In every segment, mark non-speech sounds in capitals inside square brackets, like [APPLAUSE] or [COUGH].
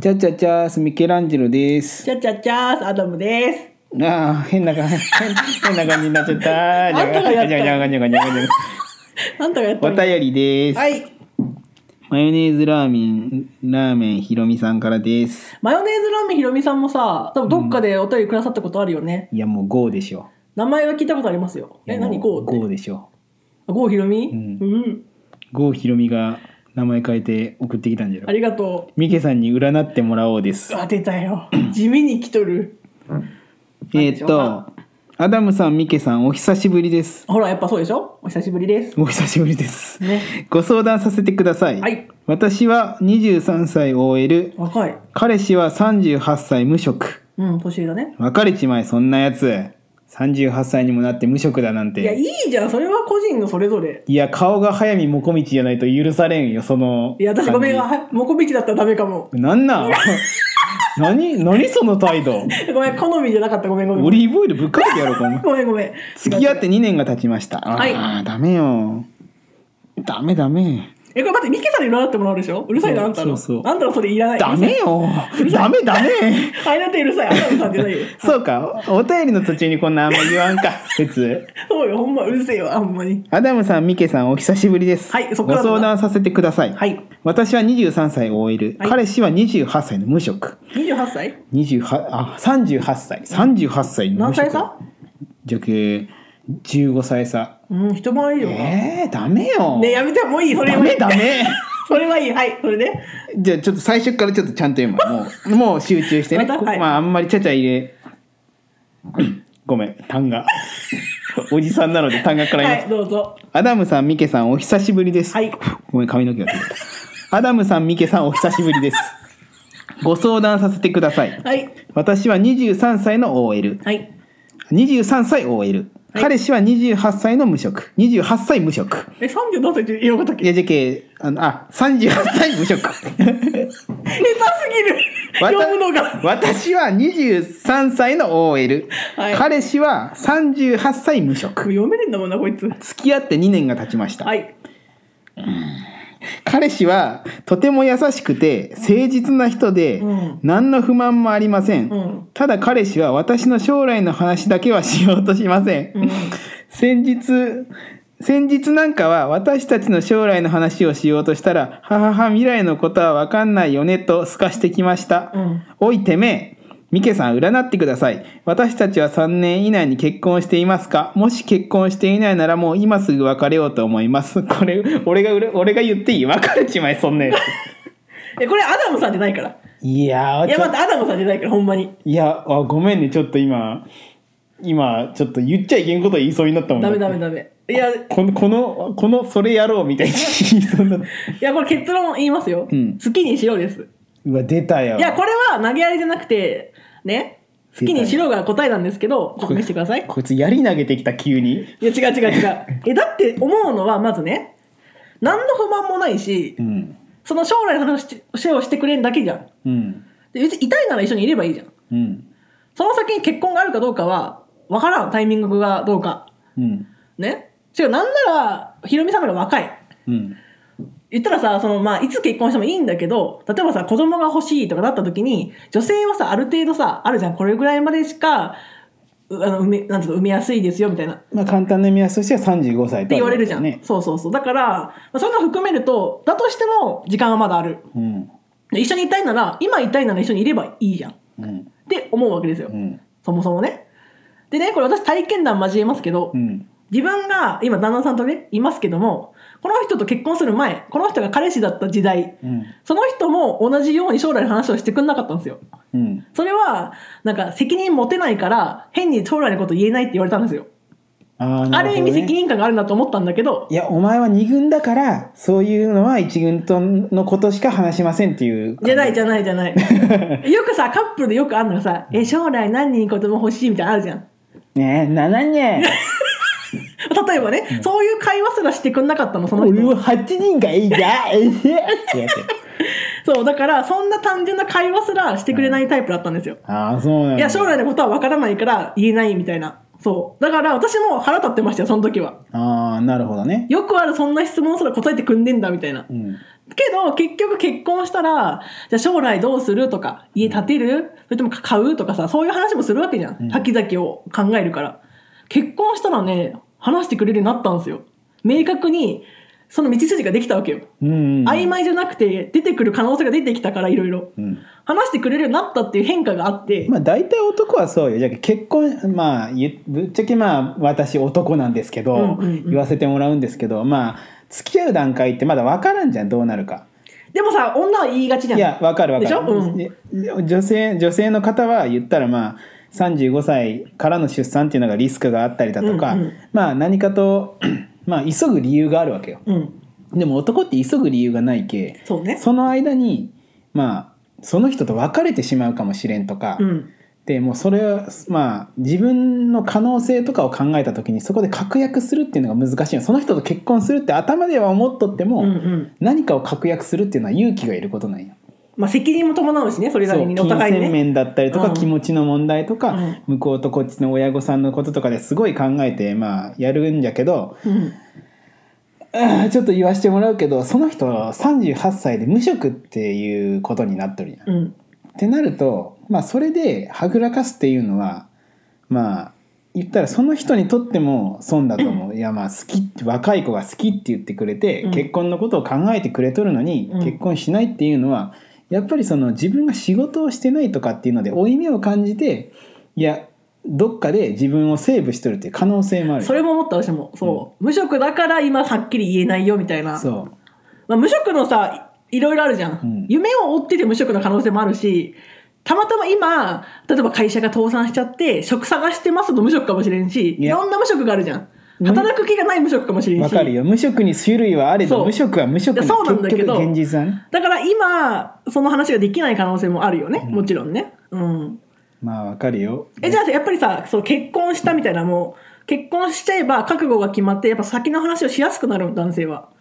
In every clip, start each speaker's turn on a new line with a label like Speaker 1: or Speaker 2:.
Speaker 1: チャチャチャース、ミケランジェロです。
Speaker 2: チャチャチャースアダムです。
Speaker 1: ああ、変な感じ、変な感じになっちゃった。
Speaker 2: あんたがやった
Speaker 1: じゃがじゃがじゃがじゃがじゃがじゃ
Speaker 2: あんたがやった
Speaker 1: がお
Speaker 2: のは
Speaker 1: 便りです。
Speaker 2: い。
Speaker 1: マヨネーズラーメン、ラーメンひろみさんからです。
Speaker 2: マヨネーズラーメンひろみさんもさ、多分どっかでお便りくださったことあるよね。
Speaker 1: いや、もう GO でしょ。
Speaker 2: 名前は聞いたことありますよ。
Speaker 1: い
Speaker 2: え、
Speaker 1: やも
Speaker 2: 何こうって。
Speaker 1: GO でしょ。
Speaker 2: あゴーひろみ。
Speaker 1: うん
Speaker 2: うん。
Speaker 1: GO ひろみが名前変えて送ってきたんじゃ
Speaker 2: あ
Speaker 1: ろ。
Speaker 2: りがと
Speaker 1: ミケさんに占ってもらおうで
Speaker 2: う。
Speaker 1: す。
Speaker 2: あ、出たよ。地味に来とる。
Speaker 1: えーっと、アダムさん、ミケさん、お久しぶりです。
Speaker 2: ほら、やっぱそうでしょお久しぶりです。
Speaker 1: お久しぶりです。
Speaker 2: ね。
Speaker 1: ご相談させてください。
Speaker 2: はい
Speaker 1: 私は23歳 OL、
Speaker 2: 若い。
Speaker 1: 彼氏は38歳無職
Speaker 2: うん、年上だね。
Speaker 1: 別れちまえそんなやつ38歳にもなって無職だなんて
Speaker 2: いや、いいじゃん。それは個人のそれぞれ。
Speaker 1: いや顔が速水もこみちじゃないと許されんよその
Speaker 2: いや、私ごめんが、はいモコビチだったらダメかも。
Speaker 1: なんなん
Speaker 2: [LAUGHS]
Speaker 1: 何何その態度
Speaker 2: ごめん、好みじゃなかった。ごめん、ごめ
Speaker 1: オ
Speaker 2: ん。
Speaker 1: リーブオイルぶっかけてやろうかお前
Speaker 2: ごめん、ごめん。
Speaker 1: 付き合って2年が経ちましたああ、
Speaker 2: はい
Speaker 1: ダメよダメダメ
Speaker 2: え、これ待って、ミケさんに占ってもらうでしょうるさいな、あんたの。
Speaker 1: そうそう
Speaker 2: あんたのそれいらない。
Speaker 1: ダメよダメダメ
Speaker 2: あいなってうるさい。あんたのさんじ
Speaker 1: [LAUGHS]
Speaker 2: ゃないよ。
Speaker 1: そうかおお便りの途中にこんなあんま言わんか説
Speaker 2: そうよ、ほんまうるせえわ、ほんまに。
Speaker 1: アダムさん、ミケさん、お久しぶりです。
Speaker 2: はいそっ
Speaker 1: ご
Speaker 2: からだな
Speaker 1: 相談させてください。
Speaker 2: はい。
Speaker 1: 私は23歳 OL、
Speaker 2: はい
Speaker 1: 彼氏は28歳の無職。
Speaker 2: 28歳
Speaker 1: 28あ38歳、38歳の無職。
Speaker 2: 何歳差
Speaker 1: じゃけ15歳差。
Speaker 2: うん、一回りよ。ね
Speaker 1: えー、ダメよ。
Speaker 2: えやめて、もういい、それ
Speaker 1: ダ
Speaker 2: はい
Speaker 1: メ
Speaker 2: い。
Speaker 1: ダメ。
Speaker 2: それはいい、はい、それで。
Speaker 1: じゃあちょっと最初からちょっとちゃんと
Speaker 2: [LAUGHS]
Speaker 1: 読む。もう、もう集中してね。
Speaker 2: また
Speaker 1: こ
Speaker 2: はい
Speaker 1: まああんまりちゃちゃ入
Speaker 2: [LAUGHS]
Speaker 1: れ。ごめん、単が。おじさんなので単がから言いま
Speaker 2: は
Speaker 1: す
Speaker 2: い、。どうぞ。
Speaker 1: アダムさん、ミケさん、お久しぶりです。
Speaker 2: はい。
Speaker 1: ごめん、髪の毛がついた。アダムさん、ミケさん、お久しぶりです。ご相談させてください。
Speaker 2: はい。
Speaker 1: 私は23歳の OL。
Speaker 2: はい。
Speaker 1: 23歳 OL。
Speaker 2: はい
Speaker 1: 彼氏は28歳の無職。28歳無職。
Speaker 2: え、37歳って言おうかったっ
Speaker 1: い
Speaker 2: け
Speaker 1: や、じゃけ、あの、あ、38歳無職。 [LAUGHS]
Speaker 2: 下手すぎる
Speaker 1: わた
Speaker 2: 読むのが。
Speaker 1: 私は23歳の OL。
Speaker 2: はい
Speaker 1: 彼氏は38歳無職。
Speaker 2: 読めねえんだもんな、こいつ。
Speaker 1: 付き合って2年が経ちました。
Speaker 2: はい。
Speaker 1: 彼氏はとても優しくて誠実な人で
Speaker 2: うん
Speaker 1: 何の不満もありません、
Speaker 2: うん
Speaker 1: ただ彼氏は私の将来の話だけはしようとしません、
Speaker 2: うん。
Speaker 1: 先日先日なんかは私たちの将来の話をしようとしたら「ははは未来のことは分かんないよね」とすかしてきました、
Speaker 2: うん。
Speaker 1: おいてめえミケさん占ってください私たちは3年以内に結婚していますかもし結婚していないならもう今すぐ別れようと思いますこれ俺がうら俺が言っていい別れちまえそんなやつ
Speaker 2: え、これアダムさんじゃないから。
Speaker 1: いやー
Speaker 2: いや、
Speaker 1: ちょ
Speaker 2: 待って、アダムさんじゃないから、ほんまに。
Speaker 1: いやあごめんねちょっと今今ちょっと言っちゃいけんこと言いそうになったもん
Speaker 2: ダメダ
Speaker 1: メ
Speaker 2: メダメ。いや、い
Speaker 1: このこのこのそれやろうみ
Speaker 2: [LAUGHS]
Speaker 1: たいに言いそうになった
Speaker 2: や、これ結論言いますよ。
Speaker 1: うん
Speaker 2: 好きにしろです。
Speaker 1: うわ出たよ
Speaker 2: いや、これは投げやりじゃなくて、ね、好きにしろが答えなんですけど、ちょっと見せてください。
Speaker 1: こいつ槍投げてきた急に
Speaker 2: いや、違う違う違う。え、だって思うのは、まずね、何の不満もないし
Speaker 1: う、ん
Speaker 2: その将来の話をしてくれるだけじゃん。
Speaker 1: うん
Speaker 2: で、別に痛いなら一緒にいればいいじゃん。
Speaker 1: うん
Speaker 2: その先に結婚があるかどうかは、わからん、タイミングがどうか。
Speaker 1: うん
Speaker 2: ね。違う、なんなら、ひろみさんから若い。
Speaker 1: うん
Speaker 2: 言ったらさ、その、まあ、いつ結婚してもいいんだけど、例えばさ、子供が欲しいとかなった時に、女性はさ、ある程度さ、あるじゃん、これぐらいまでしか、うあの、産め、なんていうの、産みやすいですよ、みたいな。っ
Speaker 1: まあ簡単な目安としては35歳って
Speaker 2: 言われるじゃん。
Speaker 1: ね。
Speaker 2: そうそうそう。だから、まあ、そういうの含めると、だとしても、時間はまだある。
Speaker 1: うん。
Speaker 2: で一緒にいたいなら、今いたいなら一緒にいればいいじゃん。っ
Speaker 1: うん。
Speaker 2: て思うわけですよ。
Speaker 1: うん。
Speaker 2: そもそもね。でね、これ私体験談交えますけど
Speaker 1: う、ん。
Speaker 2: 自分が今旦那さんとね、いますけども、この人と結婚する前、この人が彼氏だった時代
Speaker 1: うん。
Speaker 2: その人も同じように将来の話をしてくんなかったんですよ。
Speaker 1: うん。
Speaker 2: それは、なんか責任持てないから、変に将来のこと言えないって言われたんですよ。
Speaker 1: あー
Speaker 2: あ
Speaker 1: な
Speaker 2: る
Speaker 1: ほ
Speaker 2: 意
Speaker 1: ど
Speaker 2: 味
Speaker 1: ね
Speaker 2: 責任感があるなと思ったんだけど、
Speaker 1: いや、お前は二軍だから、そういうのは一軍とのことしか話しませんっていう。
Speaker 2: じゃないじ
Speaker 1: ゃ
Speaker 2: ゃないじゃない。 [LAUGHS] よくさ、カップルでよくあるのがさ、え、将来何人子供欲しいみたいなのあるじゃん。
Speaker 1: ん。ねえ、7年。 [LAUGHS]
Speaker 2: 例えばね、そういう会話すらしてくんなかったの、その
Speaker 1: 俺
Speaker 2: 人。
Speaker 1: は8人がいいだ。
Speaker 2: [LAUGHS]
Speaker 1: えへってやって
Speaker 2: そう、だから、そんな単純な会話すらしてくれないタイプだったんですよ。
Speaker 1: ああ、そうなんだ。
Speaker 2: いや、将来のことは分からないから言えないみたいな。そう。だから、私も腹立ってましたよ、その時は。
Speaker 1: ああ、なるほどね。
Speaker 2: よくあるそんな質問すら答えてくんねんだみたいな。
Speaker 1: うん。
Speaker 2: けど結局結婚したらじゃあ将来どうするとか家建てるそれとも買うとかさそういう話もするわけじゃん、
Speaker 1: うん
Speaker 2: 先々を考えるから結婚したらね話してくれるようになったんですよ明確にその道筋ができたわけよ、
Speaker 1: うんうん、
Speaker 2: 曖昧じゃなくて出てくる可能性が出てきたからいろいろ
Speaker 1: うん
Speaker 2: 話してくれるようになったっていう変化があって、
Speaker 1: まあ大体男はそうよじゃあ結婚まあゆぶっちゃけまあ私男なんですけど、
Speaker 2: うんうんうん
Speaker 1: 言わせてもらうんですけどまあ付き合う段階ってまだ分からんじゃんどうなるか
Speaker 2: でもさ女は言いがちじゃん
Speaker 1: いや分かる分かる、
Speaker 2: で
Speaker 1: 女性女性の方は言ったらまあ35歳からの出産っていうのがリスクがあったりだとか、
Speaker 2: うんうん
Speaker 1: まあ何かと [CLEARS THROAT] まあ急ぐ理由があるわけよ
Speaker 2: うん
Speaker 1: でも男って急ぐ理由がないけ
Speaker 2: そうね
Speaker 1: その間にまあその人と別れてしまうかもしれんとか、
Speaker 2: うん
Speaker 1: でもうそれはまあ自分の可能性とかを考えた時にそこで確約するっていうのが難しいのその人と結婚するって頭では思っとっても、
Speaker 2: うんうん
Speaker 1: 何かを確約するっていうのは勇気がいることなんよ。
Speaker 2: まあ責任も伴うしねそれな
Speaker 1: そ
Speaker 2: り
Speaker 1: う
Speaker 2: にねお
Speaker 1: 金
Speaker 2: 互いに
Speaker 1: 銭
Speaker 2: ね
Speaker 1: 面だったりとか、
Speaker 2: うん
Speaker 1: 気持ちの問題とか、
Speaker 2: うん
Speaker 1: 向こうとこっちの親御さんのこととかですごい考えてまあやるんじゃけど、
Speaker 2: うん
Speaker 1: あーちょっと言わしてもらうけどその人は38歳で無職っていうことになっとるやん。
Speaker 2: うん
Speaker 1: ってなると、まあ、それではぐらかすっていうのはまあ言ったらその人にとっても損だと
Speaker 2: [CLEARS THROAT]
Speaker 1: 思ういやまあ好きって若い子が好きって言ってくれて、
Speaker 2: うん
Speaker 1: 結婚のことを考えてくれとるのに、
Speaker 2: うん
Speaker 1: 結婚しないっていうのはやっぱりその自分が仕事をしてないとかっていうので負い目を感じていやどっかで自分をセーブしとるっていう可能性もある
Speaker 2: それも思った私もそう、無職だから今はっきり言えないよみたいな、
Speaker 1: そ
Speaker 2: まあ、無職のさいいろいろあるじゃん、
Speaker 1: うん
Speaker 2: 夢を追ってて無職の可能性もあるしたまたま今例えば会社が倒産しちゃって職探してますの無職かもしれんし
Speaker 1: い
Speaker 2: い
Speaker 1: や
Speaker 2: ろんな無職があるじゃん
Speaker 1: うん
Speaker 2: 働く気がない無職かもしれ
Speaker 1: うんわ
Speaker 2: し
Speaker 1: かるよ無職に種類はあれ
Speaker 2: そ
Speaker 1: ど
Speaker 2: う
Speaker 1: 無職は無職
Speaker 2: いやそうなんだけ
Speaker 1: 結
Speaker 2: ど
Speaker 1: 局現実はね
Speaker 2: だから今その話ができない可能性もあるよね、
Speaker 1: うん
Speaker 2: もちろんねうん
Speaker 1: まあわかるよ
Speaker 2: えじゃあやっぱりさそう結婚したみたいなもう結婚しちゃえば覚悟が決まってやっぱ先の話をしやすくなる男性はい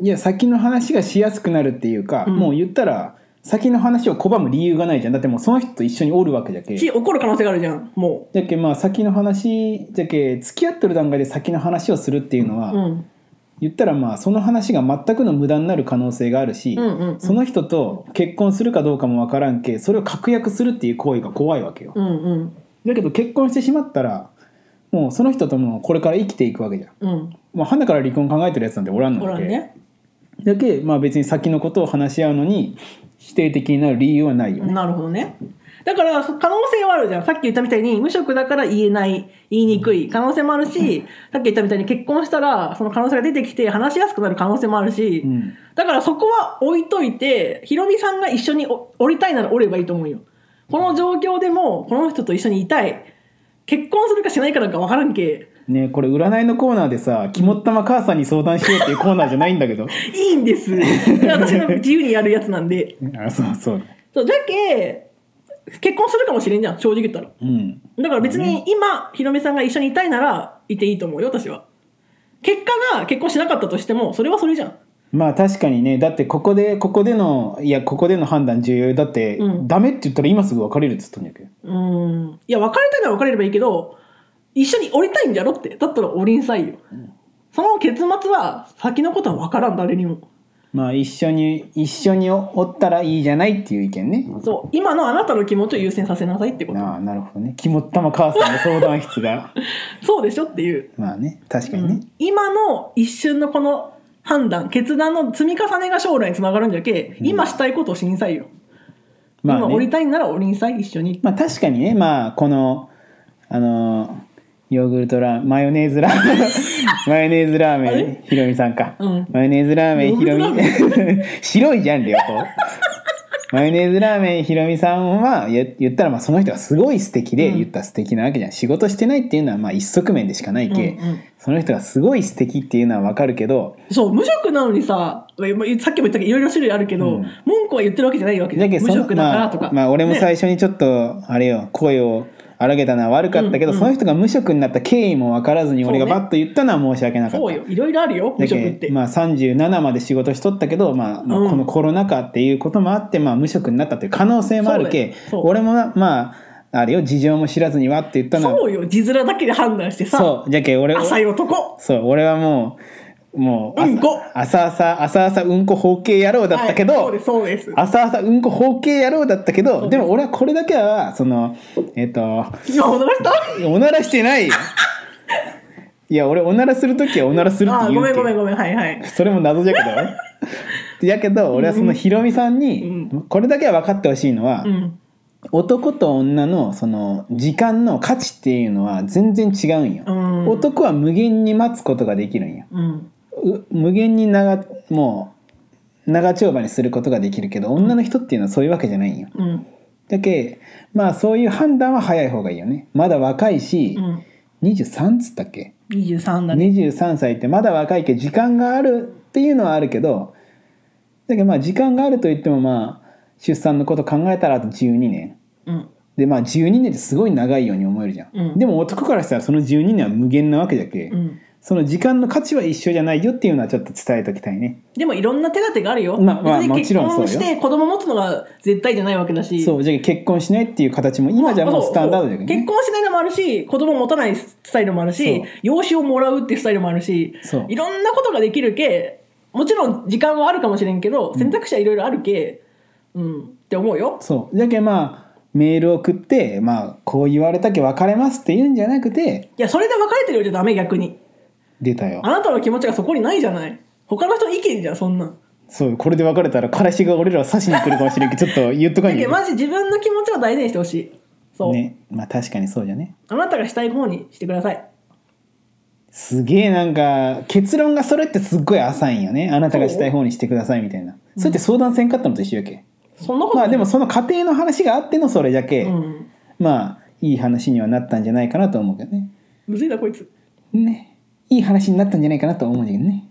Speaker 1: や先の話がしやすくなるっていうか、
Speaker 2: うん
Speaker 1: もう言ったら先の話を拒む理由がないじゃんだってもうその人と一緒におるわけじゃけ
Speaker 2: し怒る可能性があるじゃんも
Speaker 1: じゃけまあ先の話じゃけ付き合ってる段階で先の話をするっていうの
Speaker 2: う、
Speaker 1: は、
Speaker 2: うん、
Speaker 1: 言ったらまあその話が全くの無駄になる可能性があるし、
Speaker 2: うんうんうん
Speaker 1: その人と結婚するかどうかもわからんけそれを確約するっていう行為が怖いわけよ、
Speaker 2: うんうん
Speaker 1: だけど結婚してしまったらもうその人ともこれから生きていくわけじゃん
Speaker 2: うん
Speaker 1: まあ、花から離婚考えてるやつなんておらんの
Speaker 2: ほ
Speaker 1: だ
Speaker 2: ら
Speaker 1: け、
Speaker 2: ね
Speaker 1: だけ、まあ、別に先のことを話し合うのに否定的になる理由はないよね。
Speaker 2: なるほどねだからそ可能性はあるじゃんさっき言ったみたいに無職だから言えない言いにくい可能性もあるし、さっき言ったみたいに結婚したらその可能性が出てきて話しやすくなる可能性もあるし、
Speaker 1: うん、
Speaker 2: だからそこは置いといてひろみさんが一緒にお降りたいなら降ればいいと思うよこの状況でもこの人と一緒にいたい結婚するかしないかなんか分からんけ
Speaker 1: ねこれ占いのコーナーでさ「肝っ玉母さんに相談しよう」っていうコーナーじゃないんだけど
Speaker 2: いいんですそれは私の自由にやるやつなんで
Speaker 1: [LAUGHS] あそうそう
Speaker 2: そうじゃけ結婚するかもしれんじゃん正直言ったら
Speaker 1: うん
Speaker 2: だから別に今、ひろみさんが一緒にいたいなら、いていいと思うよ、私は。結果が結婚しなかったとしても、それはそれじゃん。
Speaker 1: まあ確かにねだってここでここでのいやここでの判断重要よだって、
Speaker 2: うん
Speaker 1: ダメって言ったら今すぐ別れるって言ったんだけど
Speaker 2: うーん。いや、別れたいなら別れればいいけど、一緒に降りたいんじゃろって。だったら降りんさいよ。その結末は、先のことは分からん、誰にも。
Speaker 1: まあ一緒に一緒におったらいいじゃないっていう意見ね
Speaker 2: そう、今のあなたの気持ちを優先させなさいってこと。
Speaker 1: ああなるほどね肝っ玉母さんの相談室 [LAUGHS] が
Speaker 2: そうでしょっていう。
Speaker 1: まあね確かにね、
Speaker 2: うん今の一瞬のこの判断、決断の積み重ねが将来につながるんじゃけ、
Speaker 1: うん
Speaker 2: 今したいことをしにさいよ。
Speaker 1: まあ、ね、
Speaker 2: 今降りたいんなら降りんさい、一緒に。
Speaker 1: まあ確かにねまあこのあのヨーグルトラーマヨネーズラーメン
Speaker 2: [LAUGHS]
Speaker 1: マヨネーズラー
Speaker 2: あ
Speaker 1: メン
Speaker 2: れ
Speaker 1: ひろみさんか、
Speaker 2: うん
Speaker 1: マヨネーズラーメン
Speaker 2: ヨー
Speaker 1: ひ
Speaker 2: グ
Speaker 1: ろ
Speaker 2: ルトラー
Speaker 1: み [LAUGHS] 白いじゃん両方マヨネーズラーメンひろみさんは言言ったらまあその人がすごい素敵で、
Speaker 2: うん
Speaker 1: 言ったら素敵なわけじゃん仕事してないっていうのはまあ一側面でしかないけ、
Speaker 2: うんうん
Speaker 1: その人がすごい素敵っていうのはわかるけど
Speaker 2: そう、無職なのにさ、まあさっきも言ったけど、いろいろ種類あるけど、
Speaker 1: うん
Speaker 2: 文句は言ってるわけじゃないわけじゃ
Speaker 1: だ
Speaker 2: ん
Speaker 1: けど
Speaker 2: 無
Speaker 1: その
Speaker 2: 職だからとか。
Speaker 1: まあ、まあ俺も最初にちょっと、あれよ声を荒げたのは悪かったけど、
Speaker 2: うんうん
Speaker 1: その人が無職になった経緯も分からずに
Speaker 2: そう
Speaker 1: 俺
Speaker 2: ね
Speaker 1: がバッと言ったのは申し訳なかった。
Speaker 2: そうよ、いろいろあるよ、無
Speaker 1: だ
Speaker 2: 職っ
Speaker 1: け
Speaker 2: て。
Speaker 1: どまあ、37まで仕事しとったけど、まあまあ
Speaker 2: うん
Speaker 1: このコロナ禍っていうこともあって、まあ、無職になったという可能性もあるけ
Speaker 2: そうだよそう
Speaker 1: 俺もなまああれよ事情も知らずにわって言ったのは
Speaker 2: そうよ、字面だけで判断してさ、
Speaker 1: そうじゃけ俺
Speaker 2: 浅い男。
Speaker 1: そう俺はもうもう、
Speaker 2: うんこ
Speaker 1: 朝朝朝朝うんこ包茎野郎だったけど、
Speaker 2: はいそうですそうです
Speaker 1: 朝朝うんこ包茎野郎だったけ
Speaker 2: そ
Speaker 1: ど
Speaker 2: うで
Speaker 1: ですも俺はこれだけはそのえっ、
Speaker 2: [LAUGHS]
Speaker 1: と
Speaker 2: 今おならした
Speaker 1: おならしてないよいや俺おならする時はおならするっ
Speaker 2: あ
Speaker 1: て
Speaker 2: ー
Speaker 1: 言
Speaker 2: ご
Speaker 1: う
Speaker 2: め
Speaker 1: け
Speaker 2: んごめん
Speaker 1: ど
Speaker 2: ごめんはいはい
Speaker 1: それも謎じゃけ
Speaker 2: [LAUGHS]
Speaker 1: どやけど俺はそのヒロミさんに、
Speaker 2: う
Speaker 1: これだけは分かってほしいのは、
Speaker 2: うん
Speaker 1: 男と女のその時間の価値っていうのは全然違うんよ、
Speaker 2: うん
Speaker 1: 男は無限に待つことができるんよ
Speaker 2: うん
Speaker 1: う無限に長もう長丁場にすることができるけど女の人っていうのはそういうわけじゃないんよ
Speaker 2: うん
Speaker 1: だけまあそういう判断は早い方がいいよねまだ若いし
Speaker 2: う、ん
Speaker 1: 23っつったっけ
Speaker 2: 23だね
Speaker 1: 23歳ってまだ若いけど時間があるっていうのはあるけどだけどまあ時間があると言ってもまあ出産のこと考えたらあと12年
Speaker 2: うん
Speaker 1: でまあ12年ってすごい長いように思えるじゃん、
Speaker 2: うん
Speaker 1: でも男からしたらその12年は無限なわけじゃけ、
Speaker 2: うん
Speaker 1: その時間の価値は一緒じゃないよっていうのはちょっと伝えときたいね
Speaker 2: でもいろんな手立てがあるよ、
Speaker 1: まあまあ
Speaker 2: 別に
Speaker 1: もちろんそうよ
Speaker 2: 結婚して子供持つのが絶対じゃないわけだし
Speaker 1: そうじゃあ結婚しないっていう形も今じゃもうスタンダードだよ
Speaker 2: 結
Speaker 1: ね
Speaker 2: 婚しないのもあるし子供持たないスタイルもあるし
Speaker 1: そう
Speaker 2: 養子をもらうっていうスタイルもあるし
Speaker 1: そう
Speaker 2: いろんなことができるけもちろん時間はあるかもしれんけど選択肢はいろいろあるけ、うんって思うよ。
Speaker 1: そうじゃけまあメールを送ってまあこう言われたけ別れますって言うんじゃなくて
Speaker 2: いやそれで別れてるようじゃダメ逆に
Speaker 1: 出たよ
Speaker 2: あなたの気持ちがそこにないじゃない他の人の意見じゃんそんなん
Speaker 1: そうこれで別れたら彼氏が俺らを刺しに来るかもしれんけどちょっと言っとか
Speaker 2: だ
Speaker 1: ん
Speaker 2: [LAUGHS] け
Speaker 1: よ
Speaker 2: どマジ自分の気持ちを大事にしてほしいそう、
Speaker 1: ねまあ確かにそうじゃね
Speaker 2: あなたがしたい方にしてください
Speaker 1: すげえなんか結論がそれってすっごい浅いんよねあなたがしたい方にしてくださいみたいなそれって相談せんかったのと一緒やけ、
Speaker 2: そんなこと
Speaker 1: ま
Speaker 2: ない
Speaker 1: あでもその過程の話があってのそれだけ、
Speaker 2: うん
Speaker 1: まあいい話にはなったんじゃないかなと思うけどね
Speaker 2: むずいなこいつ
Speaker 1: ねいい話になったんじゃないかなと思うんだけどね